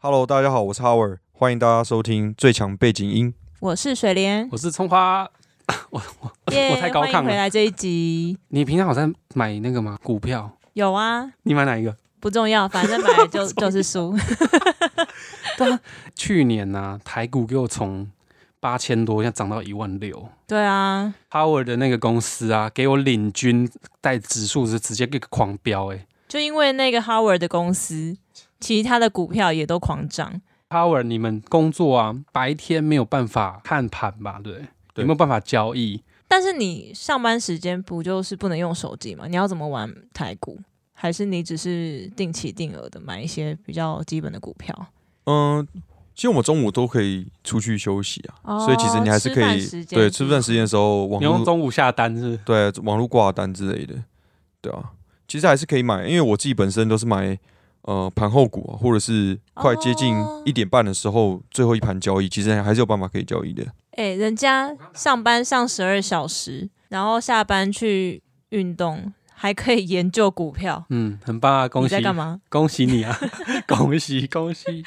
Hello，大家好，我是 Howard，欢迎大家收听最强背景音。我是水莲， 我是葱花， 耶我太高欢亢迎回了。来这一集你平常有在买那个吗？股票？有啊，你买哪一个？不重要，反正买了 就就是输。去年呐、台股给我从八千多，现在涨到一万六。对啊， Power 的那个公司啊，给我领军带指数是直接给狂飙哎、就因为那个 Howard 的公司，其他的股票也都狂涨。 Power，你们工作啊，白天没有办法看盘吧？对不对，对有没有办法交易？但是你上班时间不就是不能用手机吗？你要怎么玩台股？还是你只是定期定额的买一些比较基本的股票？嗯，其实我们中午都可以出去休息啊，哦所以其实你还是可以吃饭时间对吃饭时间的时候网你用络中午下单是不是？对网络挂单之类的，对啊，其实还是可以买，因为我自己本身都是买呃盘后股啊，或者是快接近哦一点半的时候最后一盘交易，其实还是有办法可以交易的。 哎、人家上班上十二小时，然后下班去运动，还可以研究股票。嗯，很棒啊！你恭喜在干嘛？恭喜你 啊！恭喜恭喜，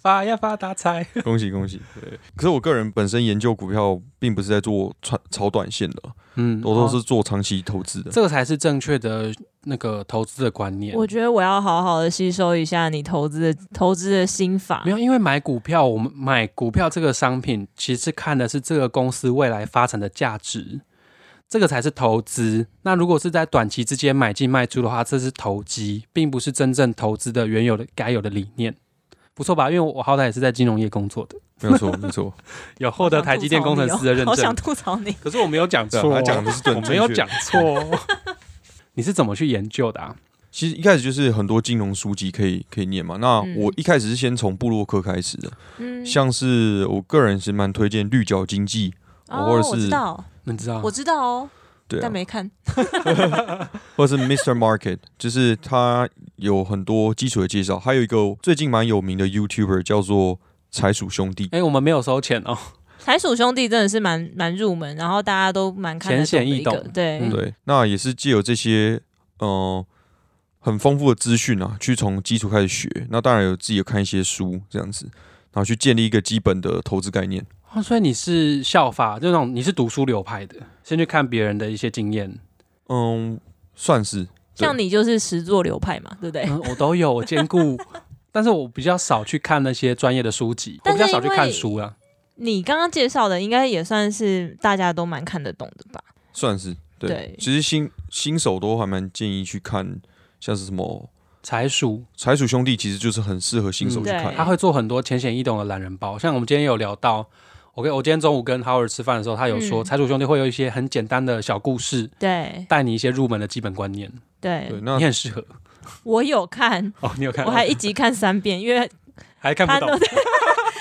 发呀发大财！恭喜恭喜！对，可是我个人本身研究股票，并不是在做炒炒短线的，嗯，我都哦是做长期投资的。这个才是正确的那个投资的观念。我觉得我要好好的吸收一下你投资的投资的心法没。有，因为买股票，我们买股票这个商品，其实看的是这个公司未来发展的价值，这个才是投资。那如果是在短期之间买进卖出的话，这是投机，并不是真正投资的原有的该有的理念。不错吧？因为我好歹也是在金融业工作的，没有错，没错。有获得台积电工程师的认哦 好想证。吐槽你。可是我没有讲对啊错，他讲的是正我没有正确讲错 哦。你是怎么去研究的啊？其实一开始就是很多金融书籍可以可以念嘛。那嗯我一开始是先从布洛克开始的，嗯像是我个人是蛮推荐《绿角经济》，哦，或者是我知道，你知道我知道哦，对、啊但，没看。或者是 Mr. Market，就是它有很多基础的介绍。还有一个最近蛮有名的 YouTuber 叫做财鼠兄弟，哎、我们没有收钱哦。财鼠兄弟真的是蛮蛮入门，然后大家都蛮看得浅显易懂的一个懂对，嗯对，那也是借由这些呃很丰富的资讯啊，去从基础开始学。那当然有自己有看一些书这样子，然后去建立一个基本的投资概念。哦，所以你是效法就那种你是读书流派的，先去看别人的一些经验。嗯，算是像你就是实作流派嘛，对不对？嗯，我都有，我 兼顾，但是我比较少去看那些专业的书籍，我但比是较少去因为看书啦。你刚刚介绍的应该也算是大家都蛮看得懂的吧？算是对。对其实新新手都还蛮建议去看，像是什么财书《财鼠兄弟》，其实就是很适合新手去嗯看。对他会做很多浅显易懂的懒人包，像我们今天有聊到，我跟我今天中午跟 Howard 吃饭的时候，他有说嗯财主兄弟会有一些很简单的小故事，对带你一些入门的基本观念，对，对，那你很适合。我有看，哦，你有看？我还一集看三遍，因为还 看他不那懂。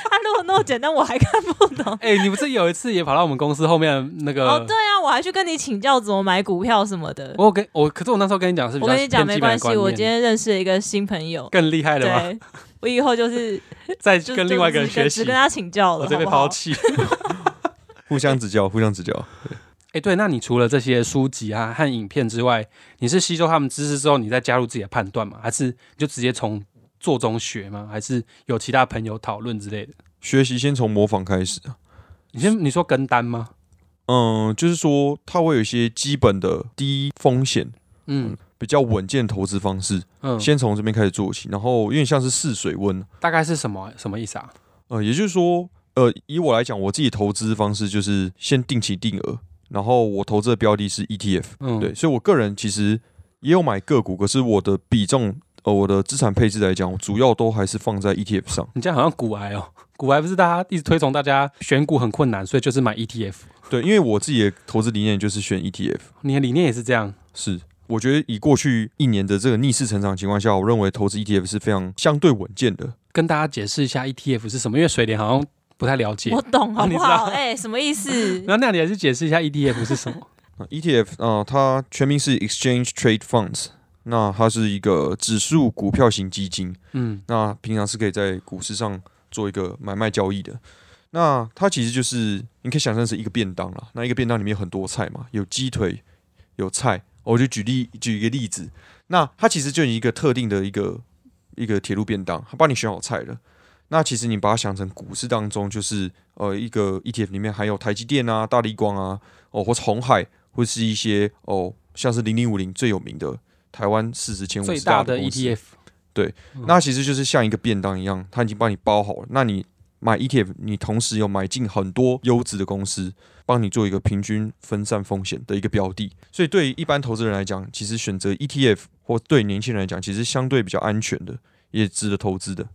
他如果那么简单，我还看不懂。哎、你不是有一次也跑到我们公司后面那个？哦，对啊，我还去跟你请教怎么买股票什么的。呃我有跟我，可是我那时候跟你讲是比我较跟你讲偏没基本的关系，观我念今天认识了一个新朋 友，更厉害了吧？对，我以后 就是再就跟另外一个人就只学跟习只，跟他请教了，我这被好不好抛。弃。 互相指 教，互相指教。哎，对，那你除了这些书籍啊和影片之外，你是吸收他们知识之后，你再加入自己的判断吗？还是你就直接从做中学吗？还是有其他朋友讨论之类的？学习先从模仿开始啊。你先你说跟单吗？嗯，就是说它会有一些基本的低风险、嗯比较稳健的投资方式，嗯，先从这边开始做起，然后有点像是试水温。大概是什么什么意思啊？呃，也就是说，呃，以我来讲，我自己投资方式就是先定期定额，然后我投资的标的是 E ETF，、嗯，对，，所以我个人其实也有买个股，可是我的比重，呃，我的资产配置来讲，我主要都还是放在 ETF 上。你这样好像股癌哦，股癌不是大家一直推崇大家选股很困难，所以就是买 E ETF。对，因为我自己的投资理念就是选 ETF，你的理念也是这样，是。我觉得以过去一年的这个逆势成长的情况下，我认为投资 ETF 是非常相对稳健的。跟大家解释一下 ETF 是什么，因为水莲好像不太了解。我懂好 啊你不知道好？哎，什么意思？ 那那你还是解释一下 ETF 是什么？那 ETF 啊、它全名是 Exchange Trade Funds，那它是一个指数股票型基金。嗯，那平常是可以在股市上做一个买卖交易的。那它其实就是你可以想象是一个便当啦，那一个便当里面有很多菜嘛，有鸡腿，有菜。我就举例举一个例子，那它其实就有一个特定的一个一个铁路便当，它帮你选好菜了。那其实你把它想成股市当中，就是呃一个 ETF 里面含有台积电啊、大力光啊，哦，或是红海，或是一些哦，像是零零五零最有名的台湾市值前五最十大的的 E 公司 ETF，嗯那其实就是像一个便当一样，它已经帮你包好了。那你买 ETF，你同时有买进很多优质的公司，帮你做一个平均分散风险的一个标的。所以对于一般投资人来讲，其实选择 ETF 或对年轻人来讲，其实相对比较安全的，也值得投资的。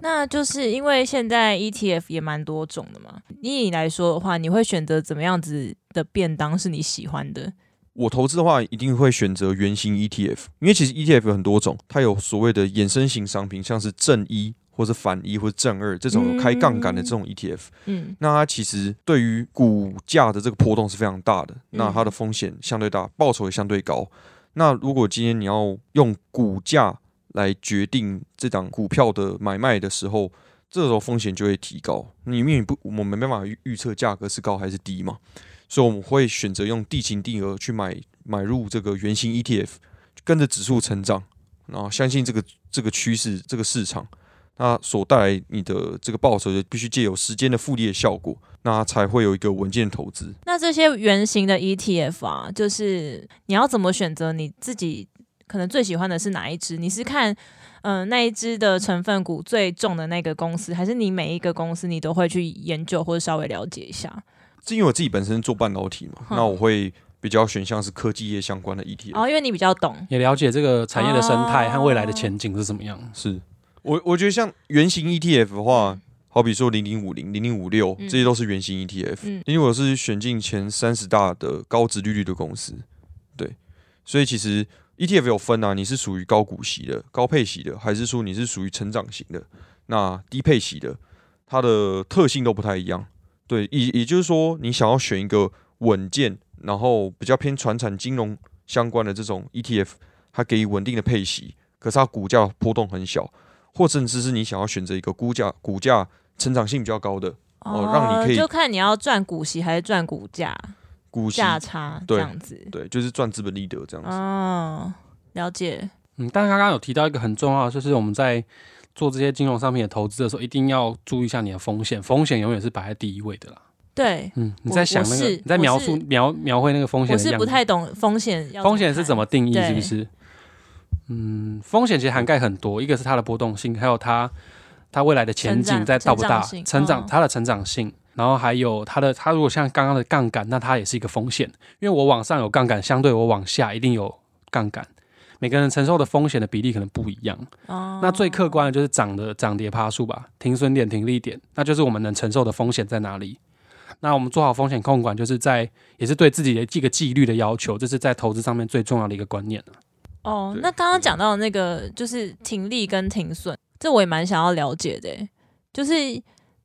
那就是因为现在 ETF 也蛮多种的嘛。以你来说的话，你会选择怎么样子的便当是你喜欢的？我投资的话，一定会选择原型 ETF，因为其实 ETF 有很多种，它有所谓的衍生型商品，像是正一或是反一或是正二这种有开杠杆的这种 E ETF。嗯，那它其实对于股价的这个波动是非常大的，那它的风险相对大，报酬也相对高。那如果今天你要用股价来决定这档股票的买卖的时候，这时候风险就会提高，因为你不，我们没办法预预测价格是高还是低嘛，所以我们会选择用地勤定额去买买入这个原型 ETF，跟着指数成长，然后相信这个这个趋势，这个市场。那所带来你的这个报酬，就必须借由时间的复利的效果，那才会有一个稳健的投资。那这些原型的 ETF 啊，就是你要怎么选择你自己可能最喜欢的是哪一支？你是看嗯、呃那一支的成分股最重的那个公司，还是你每一个公司你都会去研究或者稍微了解一下？是因为我自己本身做半导体嘛，嗯那我会比较选项是科技业相关的 E ETF。哦，因为你比较懂。也了解这个产业的生态和未来的哦前景是怎么样。是我我觉得像原型 ETF 的话，好比说零零五零、零零五六，这些都是原型 ETF，、嗯因为我是选进前三十大的高值利率的公司，对，所以其实 ETF 有分啊，你是属于高股息的、高配息的，还是说你是属于成长型的、那低配息的，它的特性都不太一样。对，也也就是说，你想要选一个稳健，然后比较偏传产金融相关的这种 ETF，它给予稳定的配息，可是它股价波动很小，或甚至是你想要选择一个股价股价成长性比较高的哦让你可以就看你要赚股息还是赚股价股息，价差这对样子。对，就是赚资本利得这样子。哦，了解。嗯，但是刚刚有提到一个很重要的，就是我们在做这些金融商品的投资的时候，一定要注意一下你的风险，风险永远是摆在第一位的啦。对，嗯，你我在想我那个，是你在我描是述描描绘那个风险我的是样不子，太懂风险要风险是怎么么定义，是不对是？嗯，风险其实涵盖很多，一个是它的波动性，还有它它未来的前成景长在大不成大长，性成长嗯它的成长性，然后还有它的它如果像刚刚的杠杆，那它也是一个风险，因为我往上有杠杆，相对我往下一定有杠杆，每个人承受的风险的比例可能不一样。看？哦那最客观的就是涨的涨跌趴数吧，停损点、停利点，那就是我们能承受的风险在哪里。那我们做好风险控管，就是在也是对自己的一个纪律的要求，这是在投资上面最重要的一个观念、啊、哦，对嗯那刚刚讲到那个就是停利跟停损，这我也蛮想要了解的欸。就是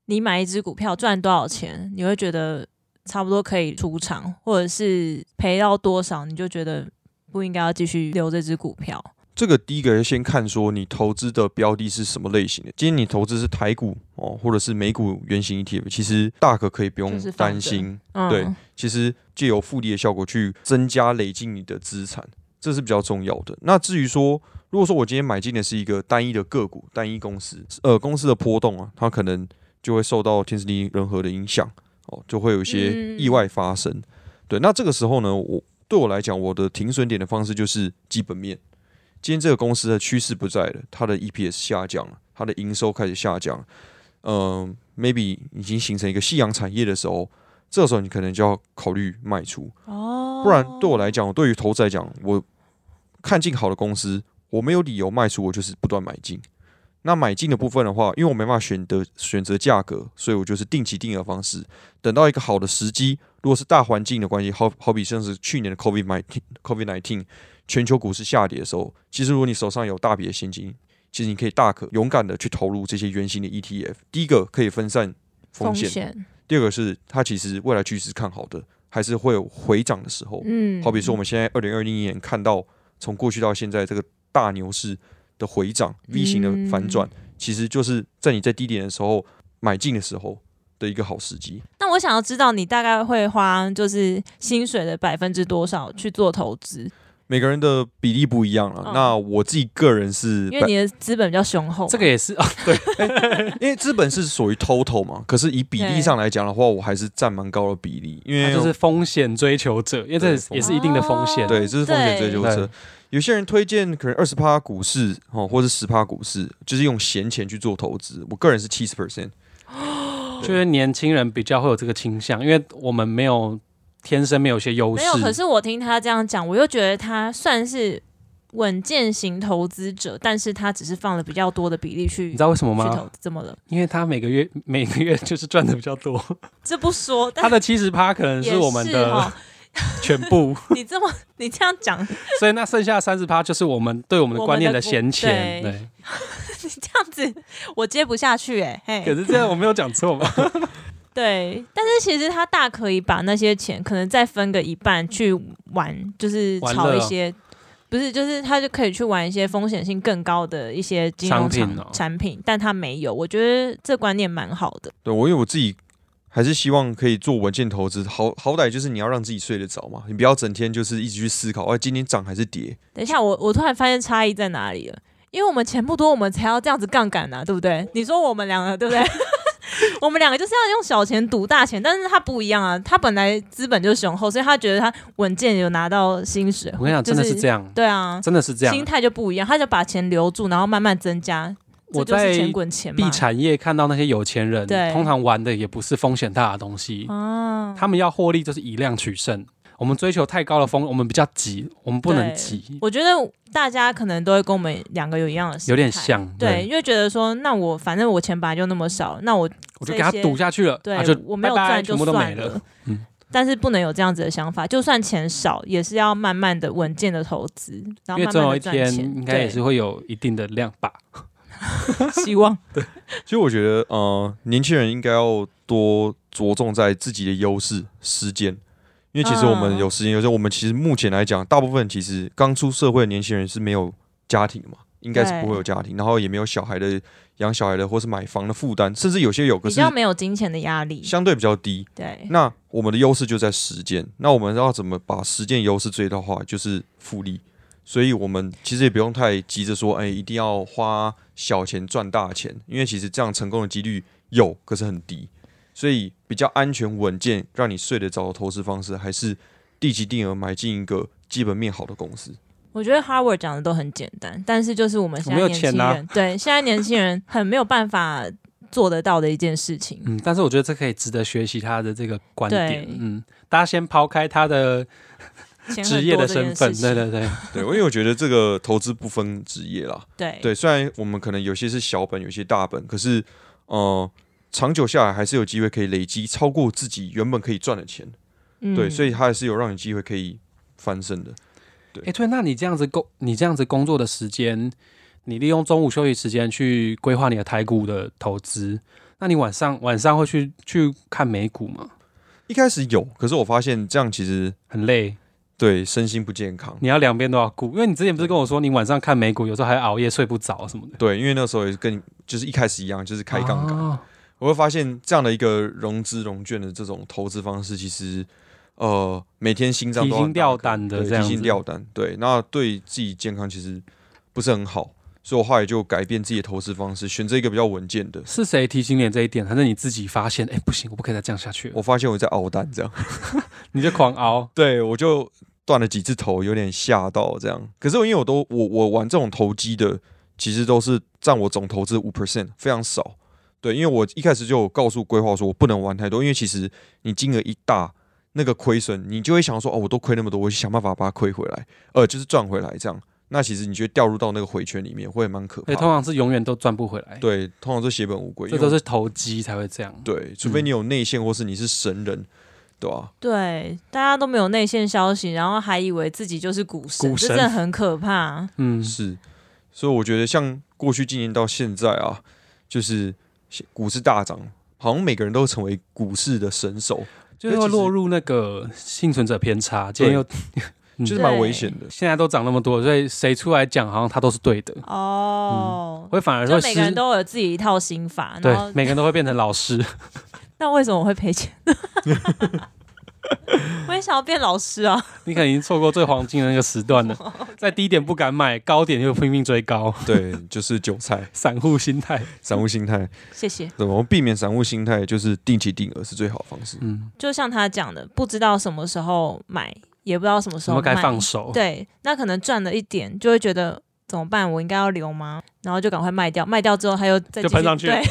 你买一只股票赚多少钱，你会觉得差不多可以出场，或者是赔到多少，你就觉得不应该要继续留这只股票。这个第一个要先看说你投资的标的是什么类型的。今天你投资是台股哦，或者是美股原型 ETF，其实大可可以不用就是放着担心。嗯，对其实借由复利的效果去增加累积你的资产，这是比较重要的。那至于说，如果说我今天买进的是一个单一的个股、单一公司，呃，公司的波动啊，它可能就会受到天时地利人和的影响，哦，就会有一些嗯意外发生。对，那这个时候呢，我对我来讲，我的停损点的啊方式就是基本面。今天这个公司的趋势不在了，它的 EPS 下降了，它的营收开始下降了，嗯、m a y b e 已经形成一个夕阳产业的时候，这时候你可能就要考虑卖出，哦，不然对我来讲，我对于投资来讲，我看进好的公司，我没有理由卖出，我就是不断买进。那买进的部分的话，因为我没办法选择选择价格，所以我就是定期定额方式，等到一个好的时机。如果是大环境的关系，好好比像是去年的 COVID nineteen COVID nineteen 全球股市下跌的时候，其实如果你手上有大笔的现金，其实你可以大可勇敢的去投入这些原型的 ETF。第一个可以分散风风险，险，第二个是它其实未来趋势看好的，还是会有回涨的时候。嗯，好比说我们现在二零二零年看到从过去到现在这个大牛市的回涨嗯 V 型的反转，其实就是在你在低点的时候买进的时候的一个好时机。那我想要知道你大概会花就是薪水的百分之多少去做投资？每个人的比例不一样了。嗯那我自己个人是因为你的资本比较雄厚嘛。这个也是啊，因为资本是属于 total 嘛，可是以比例上来讲的话，我还是占蛮高的比例，因为 就是风险追求者，因为对这哦也是也是一定的风险。对，这是风险追求对者。有些人推荐可能二十趴股市哦，或者十趴股市，就是用闲钱去做投资。我个人是七十 percent，就是年轻人比较会有这个倾向，因为我们没有天生没有一些优没势。有，可是我听他这样讲，我又觉得他算是稳健型投资者，但是他只是放了比较多的比例去你知道为什么去投吗？资，怎么了？因为他每个月每个月就是赚的比较多，这不说，他但的七十趴可能也是我们的哈全 部，你这么你这样讲，你 所以那剩下三十趴就是我们对我们的观念的闲钱。我们的对，这样子我接不下去哎、可嘿，是这样我没有讲错吧？对，但是其实他大可以把那些钱可能再分个一半去玩，就是玩炒乐一些。不是，就是他就可以去玩一些风险性更高的一些金融商品产哦产品，但他没有，我觉得这观念蛮好的。对我因为我自己还是希望可以做稳健投资，好好歹就是你要让自己睡得着嘛，你不要整天就是一直去思考，哎、今天涨还是跌？等一下，我我突然发现差异在哪里了，因为我们钱不多，我们才要这样子杠杆啊呐，对不对？你说我们两个对不 对？我们两个就是要用小钱赌大钱，但是他不一样啊，他本来资本就雄厚，所以他觉得他稳健有拿到薪水。 我跟你讲，真的是就这样，对啊，真的是这样心。态就不一样，他就把钱留住，然后慢慢增加，我这就是在钱滚钱嘛币。产业看到那些有钱人，对通常玩的也不是风险大的东西，啊，他们要获利就是以量取胜。我们追求太高的风，我们比较急，我们不能对急，我觉得大家可能都会跟我们两个有一样的心态，有点像。对，，因为觉得说，那我反正我钱本来就那么少，那我我就给他赌下去了，对，啊、就我没有拜拜赚就全部都算没了。嗯但是不能有这样子的想法，就算钱少，也是要慢慢的、稳健的投资，然后因为慢总慢有一的赚天钱。应该也是会有一定的量吧。对希望，其实我觉得，呃，年轻人应该要多着重在自己的优势时间。因为其实我们嗯有时间，有时候我们其实目前来讲，大部分其实刚出社会的年轻人是没有家庭的嘛，应该是不会有家庭，然后也没有小孩的养小孩的，或是买房的负担，甚至有些有，可比是较没有金钱的压力。相对比较低。对，那我们的优势就在时间，那我们要怎么把时间优势最大化，就是复利。所以我们其实也不用太急着说，哎、一定要花小钱赚大钱，因为其实这样成功的几率有，可是很低。所以比较安全稳健，让你睡得着的投资方式，还是定期定额买进一个基本面好的公司。我觉得 Harvard 讲的都很简单，但是就是我们现我在没有年轻钱啊人，对现在年轻人很没有办法做得到的一件事情。嗯，但是我觉得这可以值得学习他的这个观点对。嗯，大家先抛开他的钱很职业多的这件身份，事对情对对，对，因为我觉得这个投资不分职业啦，对对，虽然我们可能有些是小本，有些大本，可是呃，长久下来还是有机会可以累积超过自己原本可以赚的钱。嗯对，所以它还是有让你机会可以翻身的。哎、对，那你这样子工，你这样子工作的时间，你利用中午休息时间去规划你的台股的投资，那你晚上晚上会去去看美股吗？一开始有，可是我发现这样其实很累，对身心不健康。你要两边都要顾，因为你之前不是跟我说你晚上看美股，有时候还熬夜睡不着什么的，对，因为那时候也是跟你就是一开始一样，就是开杠杆。啊我会发现这样的一个融资融券的这种投资方式，其实呃每天心脏提都要心很吊大颗胆的对这样提心子吊胆。对，那对自己健康其实不是很好，所以我后来就改变自己的投资方式，选择一个比较稳健的。是谁提醒你这一点？还是你自己发现？哎、不行，我不可以再这样下去了，我发现我在熬单这样，你就狂熬。对我就断了几次头，有点吓到这样。可是我因为我都我我玩这种投机的，其实都是占我总投资五 percent，非常少。对，因为我一开始就有告诉规划说，我不能玩太多，因为其实你金额一大，那个亏损你就会想说，哦，我都亏那么多，我就想办法把它亏回来，呃，就是赚回来这样。那其实你就会掉入到那个回圈里面，会蛮可而且怕通的。常是永远都赚不回来，对，通常都血本无归，这因为都是嗯投机才会这样。对，除非你有内线或是你是神人，对吧、对，大家都没有内线消息，然后还以为自己就是股神，股神这真的很可怕。嗯，是，所以我觉得像过去今年到现在啊，就是股市大涨，好像每个人都成为股市的神手，就是因为会其实落入那个幸存者偏差，今天又嗯就是蛮对危险的。现在都涨那么多，所以谁出来讲，好像他都是对的，哦，会反而就会每个人失。都有自己一套心法，然对，后 每个人都会变成老师。那为什么我会赔钱？ 我也想要变老师啊！你可能已经错过最黄金的那个时 段了，在低点不敢买，高点又拼命追高， 对， 就是韭菜、散户心态。散户心态。谢谢。怎么避免散户心态？就是定期定额是最好的方式。嗯，就像他讲的，不知道什么时候买，也不知道什么时什候么该卖放手？对，那可能赚了一点，就会觉得怎么办？我应该要留吗？然后就赶快卖掉，卖掉之后他又再就继喷续上去对，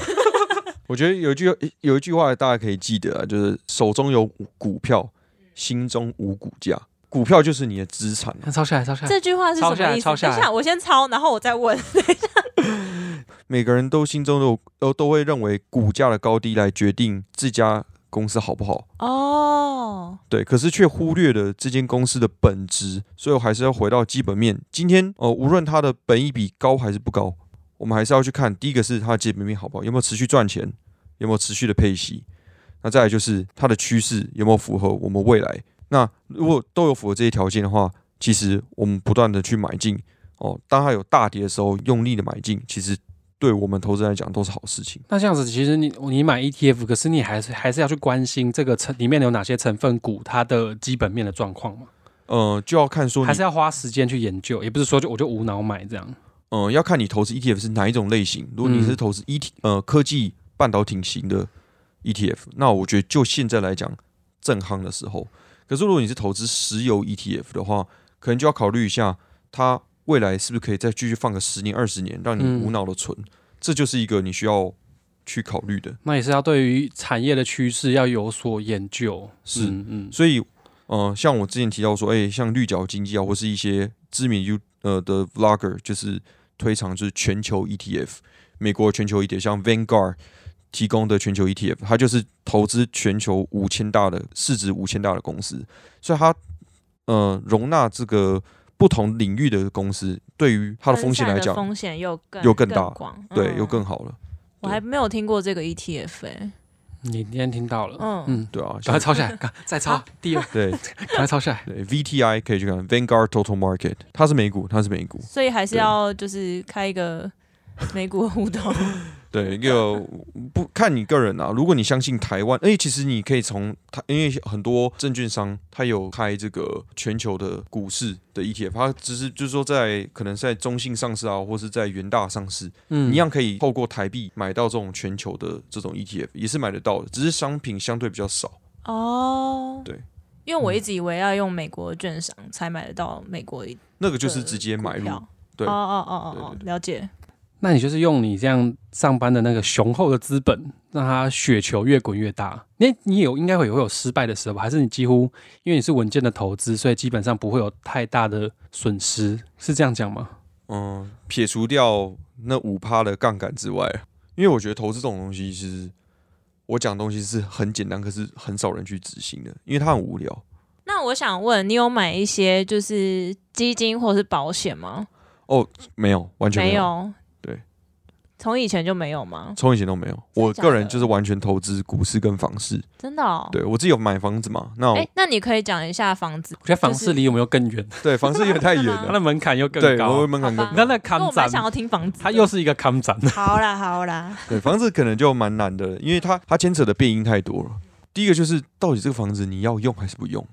我觉得有一句有一句话大家可以记得啊，就是手中有股票，心中无股价。股票就是你的资产啊、那抄哎下来，抄下来。这句话是什抄么下来意思？抄下等一来下，我先抄，然后我再 问。每个人都心中都有都都会认为股价的高低来决定这家公司好不好，哦，对，可是却忽略了这间公司的本质，所以我还是要回到基本面。今天呃，无论它的本益比高还是不高，我们还是要去看第一个是它的基本面好不好，有没有持续赚钱，有没有持续的配息，那再来就是它的趋势有没有符合我们未来。那如果都有符合这些条件的话，其实我们不断的去买进哦，当它有大跌的时候，用力的买进，其实对我们投资人来讲都是好事情。那这样子，其实你你买 E ETF，可是你还是还是要去关心这个成里面有哪些成分股，它的基本面的状况嘛，呃，就要看说你还是要花时间去研究，也不是说就我就无脑买这样。呃，要看你投资 ETF 是哪一种类型。如果你是投资 ET、呃科技半导体型的 ETF，那我觉得就现在来讲正夯的时候。可是如果你是投资石油 ETF 的话，可能就要考虑一下它未来是不是可以再继续放个十年、二十年，让你嗯无脑的存。这就是一个你需要去考虑的。那也是要对于产业的趋势要有所研究。是嗯嗯，所以，呃，像我之前提到说，哎、像绿角经济啊，或是一些知名 U 呃的 vlogger，就是推崇就是全球 ETF，美国全球 ETF，像 Vanguard 提供的全球 ETF，它就是投资全球五千大的市值五千大的公司，所以它呃容纳这个不同领域的公司，对于它的风险来分散讲，的风险又更又更大广，对嗯又更好了，我还没有听过这个 ETF 哎、你今天听到了。嗯嗯，对啊，赶快像抄下来，赶再抄 第二，对赶快抄下来。对 VTI 可以去看 Vanguard Total Market，它是美股，它是美股。所以还是对要就是开一 个美股互动。对，一个不看你个人啊。如果你相信台湾，哎、其实你可以从它，因为很多证券商它有开这个全球的股市的 E ETF，它只是就是说在可能在中信上市啊，或是在元大上市，嗯你一样可以透过台币买到这种全球的这种 ETF，也是买得到的，只是商品相对比较少。哦，对，因为我一直以为要用美国券商才买得到美国的那个就是直接买股入，票对哦哦哦哦对哦，了解。那你就是用你这样上班的那个雄厚的资本，让它雪球越滚越大。那你有应该会也会有失败的时候吧？还是你几乎因为你是稳健的投资，所以基本上不会有太大的损失，是这样讲吗？嗯，撇除掉那五趴的杠杆之外，因为我觉得投资这种东西其实我讲的东西是很简单，可是很少人去执行的，因为它很无聊。那我想问，你有买一些就是基金或是保险吗？没有，完全没有，有。对，从以前就没有吗？从以前都没有。真的我个假人的就是完全投资股市跟房市。真的哦。对我自己有买房子嘛，那我哎、那你可以讲一下房子，我觉得房市离有没有更远？对房市有点太远 它了，的门槛又更对，我高会。门槛更好吧你看那因为康我蛮展，想要听房子的。它又是一个康展。好啦好啦，对，房子可能就蛮难的，因为它它牵扯的变因太多了。第一个就是到底这个房子你要用还是不用，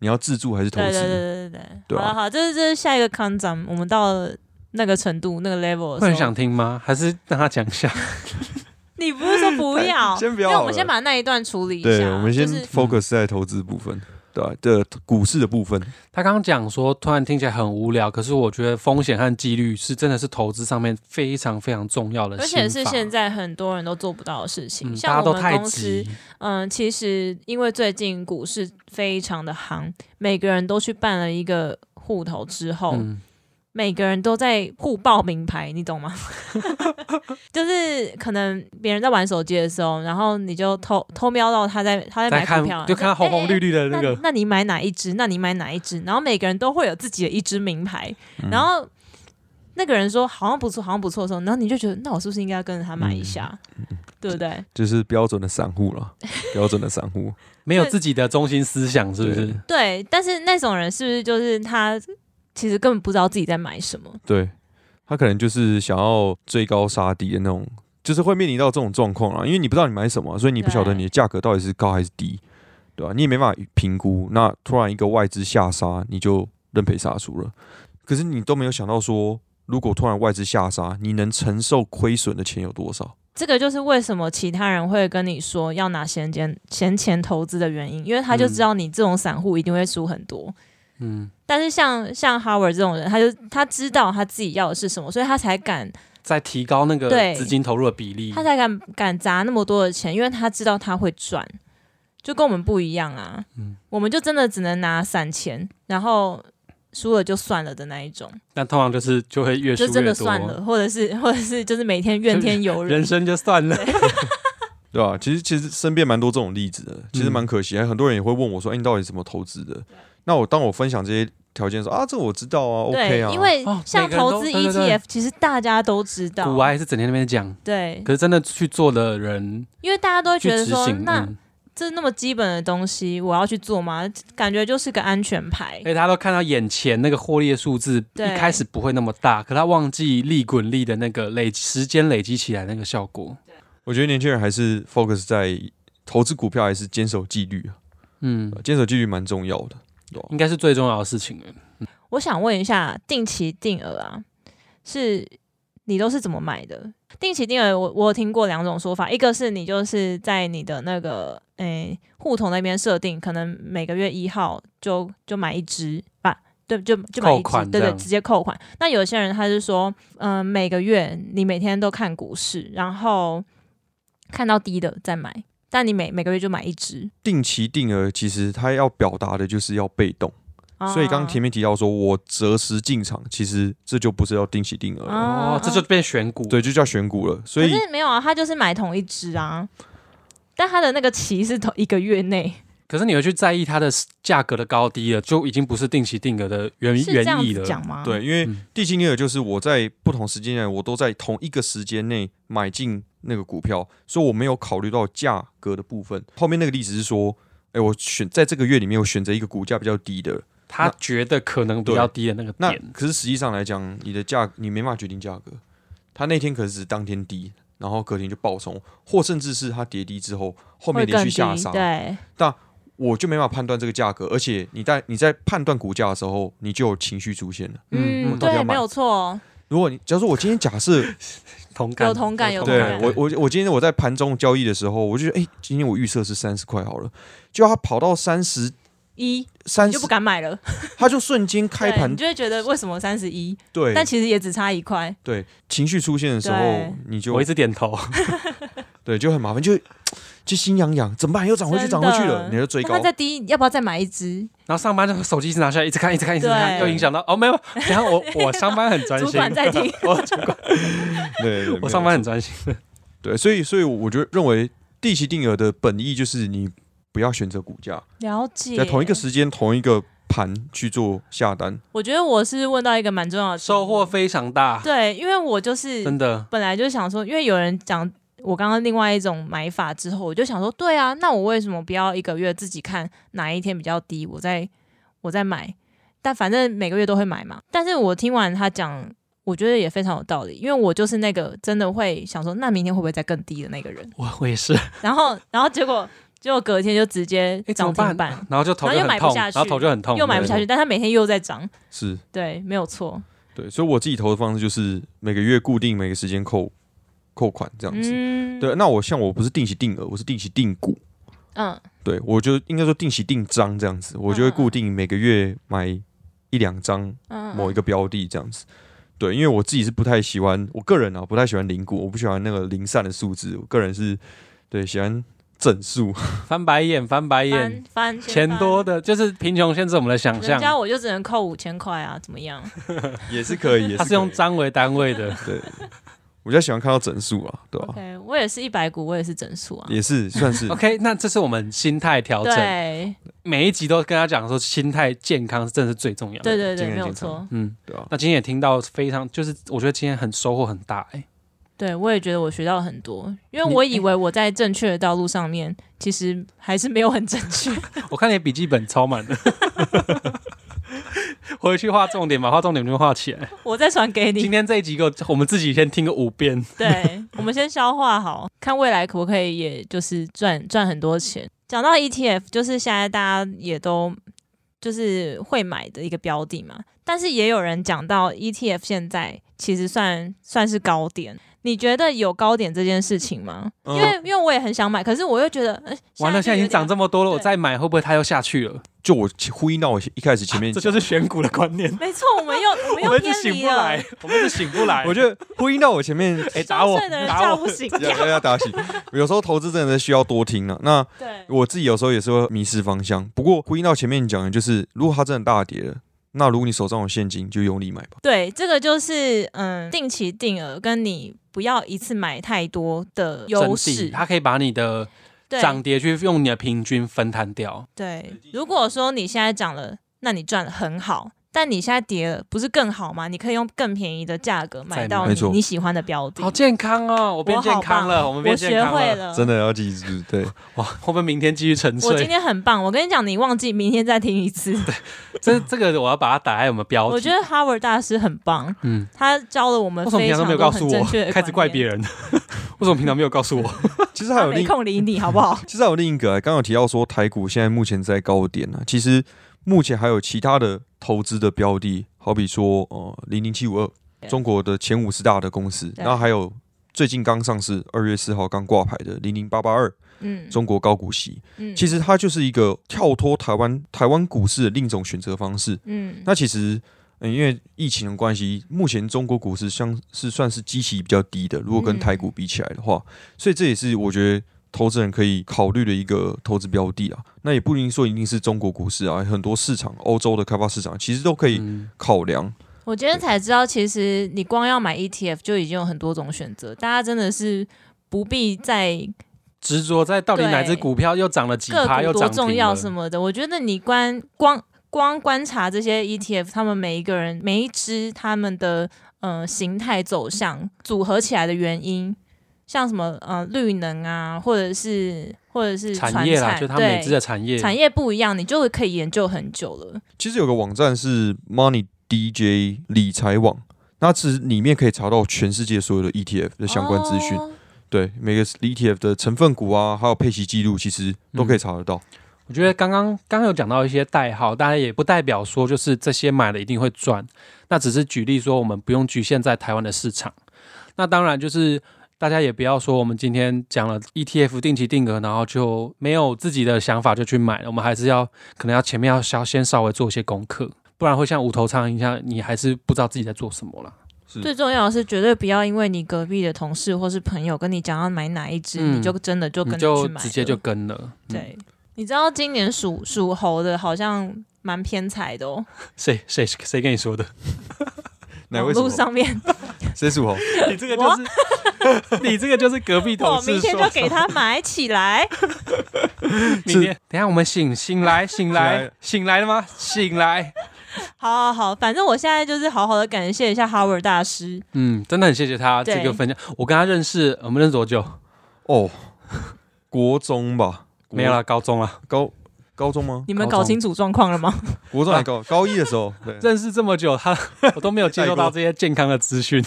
你要自住还是投对对资？对对对对好啊了好，这是这是下一个康展，我们到了那个程度那个 level 的时候会很想听吗？还是让他讲一下？你不是说不要？先不因要为好了，我们先把那一段处理一下。对，我们先就是 focus 在投资部分，对吧、的股市的部分，他刚刚讲说，突然听起来很无聊，可是我觉得风险和纪律是真的是投资上面非常非常重要的而心且法，是现在很多人都做不到的事情，嗯大家像都我们太公司急，，嗯，其实因为最近股市非常的行，每个人都去办了一个户头之后，嗯，每个人都在互报名牌，你懂 吗？ 就是可能别人在玩手机的时候，然后你就偷偷瞄到他在他在在买看股票，就看到红红绿绿。绿的那那哎个，那你买哪一只？那你买哪一只？然后每个人都会有自己的一只名牌，然后那个人说好像不错，好像不错的时候，然后你就觉得那我是不是应该跟着他买一下？对不对？就是标准的散户 了，标准的散户， 没有对自己的中心思想，是不是对？对，但是那种人是不是就是他其实根本不知道自己在买什么？对他可能就是想要追高杀低的那种，就是会面临到这种状况啊，因为你不知道你买什么啊、所以你不晓得对你的价格到底是高还是低，对吧、你也没办法评估，那突然一个外资下杀，你就认赔杀出了。可是你都没有想到说，如果突然外资下杀，你能承受亏损的钱有多少？这个就是为什么其他人会跟你说要拿闲钱闲钱投资的原因，因为他就知道你这种散户一定会输很多。嗯，但是像像 Howard 这种人，他就他知道他自己要的是什么，所以他才敢再提高那个对资金投入的比例他。才敢敢砸那么多的钱，因为他知道他会赚，就跟我们不一样啊。嗯我们就真的只能拿散钱，然后输了就算了的那一种，那通常就是就会越输就真越的算多，了，或者是或者是就是每天怨天尤人人。生就算了。对吧、其实其实身边蛮多这种例子的，其实蛮可惜。还很多人也会问我说：“哎、你到底怎么投资的？”那我当我分享这些条件的时候啊，这我知道啊，OK 对，啊，因为哦像每个人都投资对对对 ETF，其实大家都知古道，玩也是整天在那边讲，对，可是真的去做的人因为大家都会去觉得执说，行，那嗯这那么基本的东西，我要去做吗？感觉就是个安全牌而。且哎他都看到眼前那个获利的数字，哎对一开始不会那么大，可他忘记利滚利的那个累积时间累积起来那个效果。我觉得年轻人还是 focus 在投资股票，还是坚守纪律啊，嗯对，吧坚守纪律蛮重要的。应该是最重要的事情了。我想问一下，定期定额啊，是你都是怎么买的？定期定额我，我有听过两种说法，一个是你就是在你的那个诶户头那边设定，可能每个月一号就就买一支吧，对，就就买一扣支，款对这对，样直接扣款。那有些人他是说，嗯、每个月你每天都看股市，然后看到低的再买，但你每每个月就买一支。定期定额其实它要表达的就是要被动，哦所以啊刚刚前面提到说我择时进场，其实这就不是要定期定额了，啊哦，这就变选股。对，就叫选股了。所以可是没有啊，他就是买同一只啊，但他的那个期是同一个月内，可是你会去在意它的价格的高低了，就已经不是定期定额的原嗯是这原样意子了。讲吗？，对，因为嗯定期定额就是我在不同时间内，我都在同一个时间内买进那个股票，所以我没有考虑到价格的部分。后面那个例子是说，哎、我选在这个月里面，我选择一个股价比较低的，他觉得可能比较低的那个那点，可是实际上来讲，你的价你没办法决定价格，它那天可能只是当天低，然后隔天就暴冲，或甚至是它跌低之后，后面会更连续低。下杀，嗯对，我就没办法判断这个价格，而且你在你在判断股价的时候，你就有情绪出现了。嗯嗯，我到底要对，买没有错，哦如果你假如说我今天假设同感有同感有同对感我我我今天我在盘中交易的时候，我就觉得哎、诶今天我预设是三十块好了，就它跑到三十一三你十就不，敢买了，它就瞬间开对，盘你，就会觉得为什么三十一，对但其实也只差一块。对，情绪出现的时对候，你就我一直点头。对就很麻烦，就就心痒痒，怎么办？又涨回去，真涨的回去了，你就追那高他，再低，要不要再买一只？然后上班就手机一直拿下来，一直看，一直看，一直看，对又影响到哦，没有。 然后我我上班很专主心，管在 听，我主管对，对 我上没有班，很专心。对，所以所以我觉得认为定期定额的本意就是你不要选择股价，了解。在同一个，时间同一个盘去做下单，我觉得我是问到一个蛮重要的收获。非常大，对，因为我就是真的。本来就想说，因为有人讲我刚刚另外一种买法之后，我就想说，对啊，那我为什么不要一个月自己看哪一天比较低，我再我再买？但反正每个月都会买嘛。但是我听完他讲，我觉得也非常有道理，因为我就是那个真的会想说，那明天会不会再更低的那个人。我我也是， 然后， 然后结果，结果隔天就直接哎，怎涨么停办板，？然后就头就然后又买很不痛，下去然后头就很哦痛，又买不对下去，。但他每天又在涨，是对，没有错。对，所以我自己投的方式就是每个月固定每个时间扣扣款这样子。嗯，对，那我像我不是定期定额，我是定期定股，嗯，对我就应该说定期定张这样子，我嗯就会固定每个月买一两张嗯某一个标的这样子。对，因为我自己是不太喜欢，我个人啊不太喜欢零股，我不喜欢那个零散的数字，我个人是对喜欢整数。翻白眼，翻白眼翻。翻钱翻多的就是贫穷限制我们的想人家象，我就只能扣五千块啊，怎么 样？也是 可以，也是它是用可以张为单位的。对，我比较喜欢看到整数啊，哦对吧、 OK，我也是一百股，我也是整数啊。也是算是 OK，那这是我们心态调整。对每一集都跟他讲说，心态健康真的是最重要的。对对健康对，没有健康错。嗯，对啊。那今天也听到非常，就是我觉得今天很收获很大哎、对我也觉得我学到很多，因为你我以为我在正确的道路上面，其实还是没有很正 确。我看你笔记本超满的， 回去画重点吧，画重点就画起来。我再传给今你，天这一集给我，我们自己先听个五遍。对我们先消化好，看未来可不可以，也就是赚赚很多钱。讲到 ETF，就是现在大家也都就是会买的一个标的嘛，但是也有人讲到 ETF 现在其实算算是高点。你觉得有高点这件事情吗？因为因为我也很想买，可是我又觉得，呃、嗯完了，现在已经涨这这么多了，对我再买会不会它又下去了？就我呼应到我一开始前面啊这就是选股的观念，没错，我们又我们我又们一偏直醒离不了。来，我们一直醒不来。我觉得呼应到我前面哎，打装我睡的人打叫我不，醒， 要要要打醒，有时候投资真的需要多听了、那对，我自己有时候也是会迷失方向，不过呼应到前面讲的，就是如果它真的大跌了，那如果你手上有现金，就用力买吧。对，这个就是嗯，定期定额跟你不要一次买太多的优整势体，它可以把你的对涨跌去用你的平均分摊掉。对。如果说你现在涨了，那你赚的很好，但你现在跌了，不是更好吗？你可以用更便宜的价格买再到买没你错你喜欢的标的。好健康哦，我我变健好康棒了，我们变我健学康会了。了，真。的要记住， 对，哇，会不会明天继续沉我今睡？天很棒，我跟你讲，你忘记明天再听一次。这这个我要把它打在我们标题。我觉得哈 a 大师很棒，嗯，他教了我们为什么非平常常都没有多告诉很正确我？的开始怪别人，人， 为什么平常没有 告诉我？其实还他有另没空理你，好不 好？其实还有另一个、啊，刚刚有提到说台股现在目前在高点呢、啊，其实目前还有其他的投资的标的，好比说呃零零七五二，对中国的前五十大的公司，对然后还有最近刚上市，二月四号刚挂牌的零零八八二，嗯，中国高股息，嗯其实它就是一个跳脱台湾台湾股市的另一种选择方式。嗯，那其实。嗯，因为疫情的关系，目前中国股市像是算是基期比较低的，如果跟嗯台股比起来的话，所以这也是我觉得投资人可以考虑的一个投资标的啊。那也不一定说一定是中国股市啊，很多市场，欧洲的开发市场其实都可以嗯考量。我今天才知道，其实你光要买 ETF 就已经有很多种选择，大家真的是不必再执着在到底哪对只股票又涨了几个趴，又股多涨重停要了。什么的。我觉得你观光光观察这些 ETF，他们每一个人每一只他们的呃形态走向组合起来的原因，像什么呃绿能啊，或者是或者是产传业啦，产就它每对只的产业，产业不一样，你就可以研究很久了。其实有个网站是 Money DJ 理财网，那其实里面可以查到全世界所有的 ETF 的相关资讯。哦对每个 ETF 的成分股啊，还有配息记录，其实都嗯可以查得到。我嗯觉得刚刚刚刚有讲到一些代号，大家也不代表说就是这些买了一定会赚，那只是举例说我们不用局限在台湾的市场。那当然就是大家也不要说我们今天讲了 ETF 定期定额，然后就没有自己的想法就去买了，我们还是要可能要前面要要先稍微做一些功课，不然会像无头苍蝇一样，你还是不知道自己在做什么啦。最重要的是，绝对不要因为你隔壁的同事或是朋友跟你讲要买哪一只，嗯你就真的就你跟着就去买了，直接就跟了。嗯，对。你知道今年属属猴的，好像蛮偏财的哦。谁谁谁跟你 说的？哪位网属络猴？上 面，谁属猴？你这个就是 你这个就是隔壁同我事说。明天就给他买起来。明天等一下我们醒醒 来醒来来醒来了吗？醒来，好好好，反正我现在就是好好的感谢一下哈 a 大师。嗯，真的很谢谢他对这个分享。我跟他认识，呃我们认识多久？哦，国中吧？国没有啦，高中啊啦，高高中吗？你们高中搞清楚状况了吗？国啊中还高高一的时 候，对， 认识这么久，他 我都没有接受到这些健康的资讯。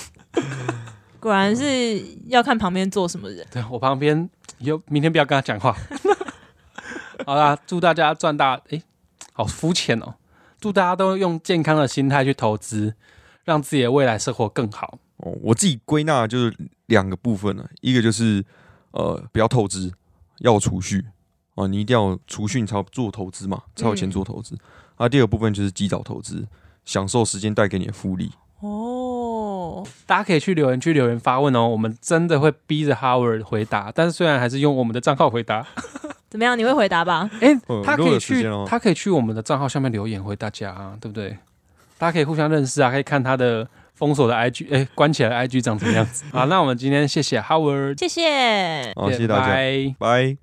果然是要看旁边坐什么人。对我旁边有，明天不要跟他讲 话。好啦，祝大家赚大，诶，好肤浅哦。祝大家都用健康的心态去投资，让自己的未来生活更好。哦，我自己归纳就是两个部分呢、啊一个就是呃，不要透支，要储蓄啊，你一定要储蓄，你才有做投资嘛，才嗯有钱做投资。啊，第二个部分就是及早投资，享受时间带给你的复利。哦，大家可以去留言区留言发问哦，我们真的会逼着 Howard 回答，但是虽然还是用我们的账号回答，怎么样？你会回答吧？ 哎、嗯他如可果以有时去间哦，他可以去我们的账号下面留言回大家啊，对不对？大家可以互相认识啊，可以看他的封锁的 IG，哎、关起来的 IG 长什么样子好，那我们今天谢谢 Howard，谢谢。好，谢谢大家，拜拜。